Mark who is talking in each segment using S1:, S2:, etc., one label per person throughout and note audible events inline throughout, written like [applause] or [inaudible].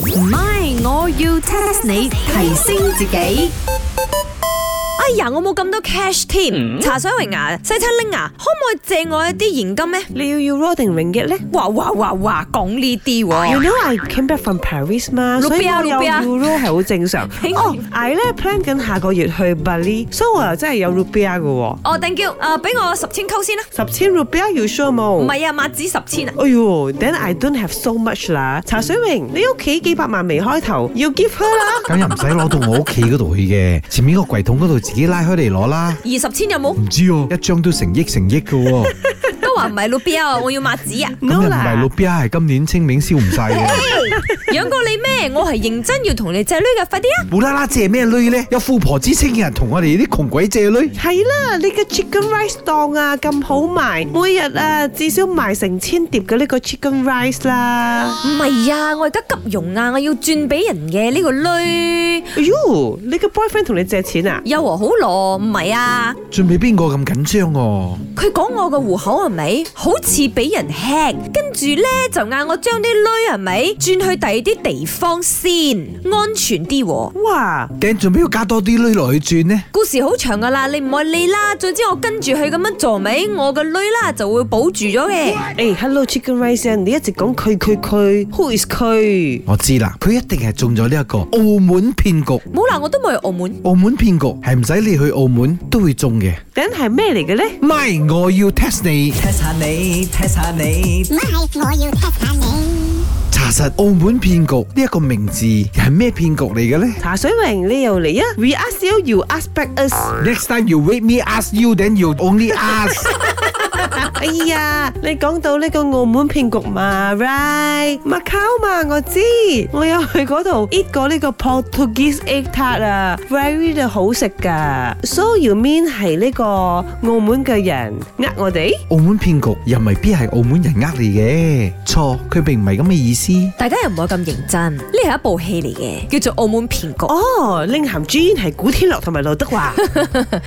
S1: 唔係，我要 test 你提升自己。
S2: 哎呀，我冇咁多 cash 添。茶水榮啊，西七拎啊，可唔可以借我一啲現金呢？
S3: 你要要 r o d i n ringgit 咧
S2: 哇哇哇哇，講呢啲
S3: ？You
S2: 喎，
S3: know I came back from Paris 嘛，所以我
S2: Rupiah，
S3: 有
S2: Rupiah
S3: euro 係好正
S4: [laughs]
S3: 常。
S2: 哎
S3: 哦，I 咧 plan 緊下個月去 Bali，所以我又真係有 rupia 嘅喎。
S2: 哦，thank you，誒，俾我十千溝先啦。
S3: 十千 rupia 要 sure 冇？
S2: 唔係啊，抹紙十千啊。
S3: 哎呦，then I don't have so much 啦。茶水榮，你屋企幾百萬未開頭，要 give her 啦。
S4: 咁又唔使攞到我屋企嗰度去嘅，前面個櫃桶嗰度自己拉開嚟攞啦。
S2: 二十千有冇？
S4: 唔知喎，一張都成億成億嘅喎，
S2: 都話唔係老表啊，我要抹紙啊。
S4: 咁又
S3: No
S4: 唔係
S3: 啦
S4: 六，B I 係今年清明燒唔晒嘅，
S2: 養過你咩？我係認真要同你借女嘅，快啲啊！
S4: 無啦啦借咩女咧？有富婆之稱嘅人同我哋啲窮鬼借女，
S3: 係啦，你嘅 chicken rice 檔啊咁好賣，每日啊至少賣成千碟嘅呢個 chicken rice 啦。
S2: 唔係啊，我而家急用啊，我要轉俾人嘅呢個女。
S3: 哎呦，你個 boyfriend 同你借錢啊？
S2: 又和好羅唔係啊，
S4: 仲俾邊個咁緊張哦？
S2: 佢講我個戶口係咪好似俾人吃？跟住呢，就嗌我將啲女係咪轉去第二啲地方先，安全啲喎。
S3: 哇！
S4: 驚仲俾要加多啲女落去轉呢？
S2: 故事好長噶啦，你唔愛理啦。總之我跟住佢咁樣做咪，我個女啦就會保住咗嘅。
S3: 誒、h e l l o Chicken Rice 啊！你一直講佢佢佢，Who is 佢？
S4: 我知啦，佢一定係中咗呢一個澳門騙局。
S2: 冇啦，我都冇去澳門。
S4: 澳門騙局係唔使你去澳門都會中嘅。
S3: 等係咩嚟嘅咧？
S4: 咪，我要 test 你。
S5: test 下你，test 下你。
S6: My，我要 test 下你。
S4: 查實澳門騙局呢一個名字係咩騙局嚟嘅呢？
S3: 茶水榮，你又嚟啊！We ask you, you ask back us。
S4: Next time you wake me, ask you, then you only ask 。
S3: 哎呀，你講到呢個澳門騙局嘛，right？麥考嘛，我知，我有去嗰度 eat 過呢個 Portuguese egg tart 啊，very 好食噶。So à. you mean 係呢個澳門嘅人呃我哋？
S4: 澳門騙局又未必係澳門人呃你嘅，錯，佢並唔係咁嘅意思。
S2: 大家又唔好咁認真，呢係一部戲嚟嘅，叫做《澳門騙局》，
S3: 哦，令鹹豬係古天樂同埋劉德華。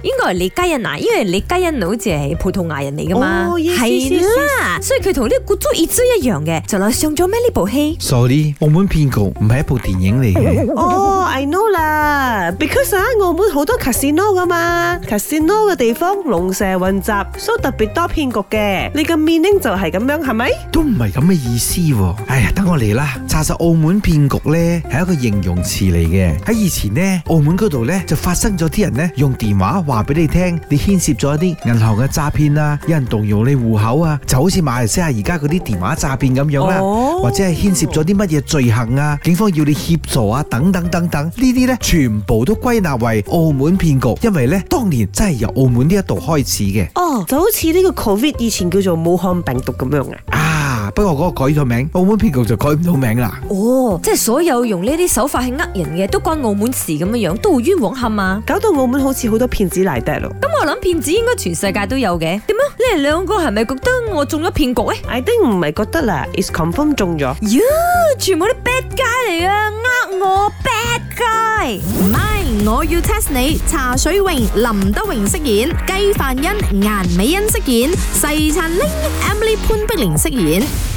S2: 應該係李嘉欣啊，因為李嘉欣好似係葡萄牙人嚟噶嘛，
S3: 哦，yes,
S2: 係
S3: yes, yes,
S2: 啦，所以佢同呢個古珠熱珠一樣嘅，就嚟上咗咩呢部戲？
S4: Sorry，澳門騙局唔係一部電影嚟嘅。
S3: 哦、i know 啦，because 啊，澳門好多 casino 噶嘛，casino 嘅地方龍蛇混雜，所以特別多騙局嘅。你嘅 meaning 就係咁樣，係咪？
S4: 都唔係咁嘅意思喎。哎呀，等我嚟啦。查實澳門騙局呢係一個形容詞嚟嘅。喺以前呢，澳門嗰度呢就發生咗啲人呢用電話話俾你聽，你牽涉咗一啲銀行嘅詐騙啊，有人動用你戶口啊，就好似馬來西亞而家嗰啲電話詐騙咁樣啦，
S3: 哦
S4: 或者係牽涉咗啲乜嘢罪行啊，警方要你協助啊，等等等等，呢啲呢全部都歸納為澳門騙局，因為呢當年真係由澳門呢一度開始嘅。
S3: 哦、就好似呢個 covid 以前叫做武漢病毒咁樣啊。
S4: 啊，不過嗰個改咗名，澳門騙局就改唔到名啦。
S2: 哦，即係所有用呢啲手法去呃人嘅，都關澳門事咁樣樣，都會冤枉下嘛。
S3: 搞到澳門好似好多騙子嚟得咯。
S2: 咁我諗騙子應該全世界都有嘅，點啊？你哋兩個係咪覺得我中咗騙局咧？
S3: I think 唔係覺得啦，is confirm 中咗。
S2: 呀，全部啲 bad guy 嚟啊，呃我 bad guy。
S1: 唔係，我要 test 你。茶水榮、林德榮飾演，雞范欣、顏美欣飾演，細陳玲、Emily 潘碧玲飾演。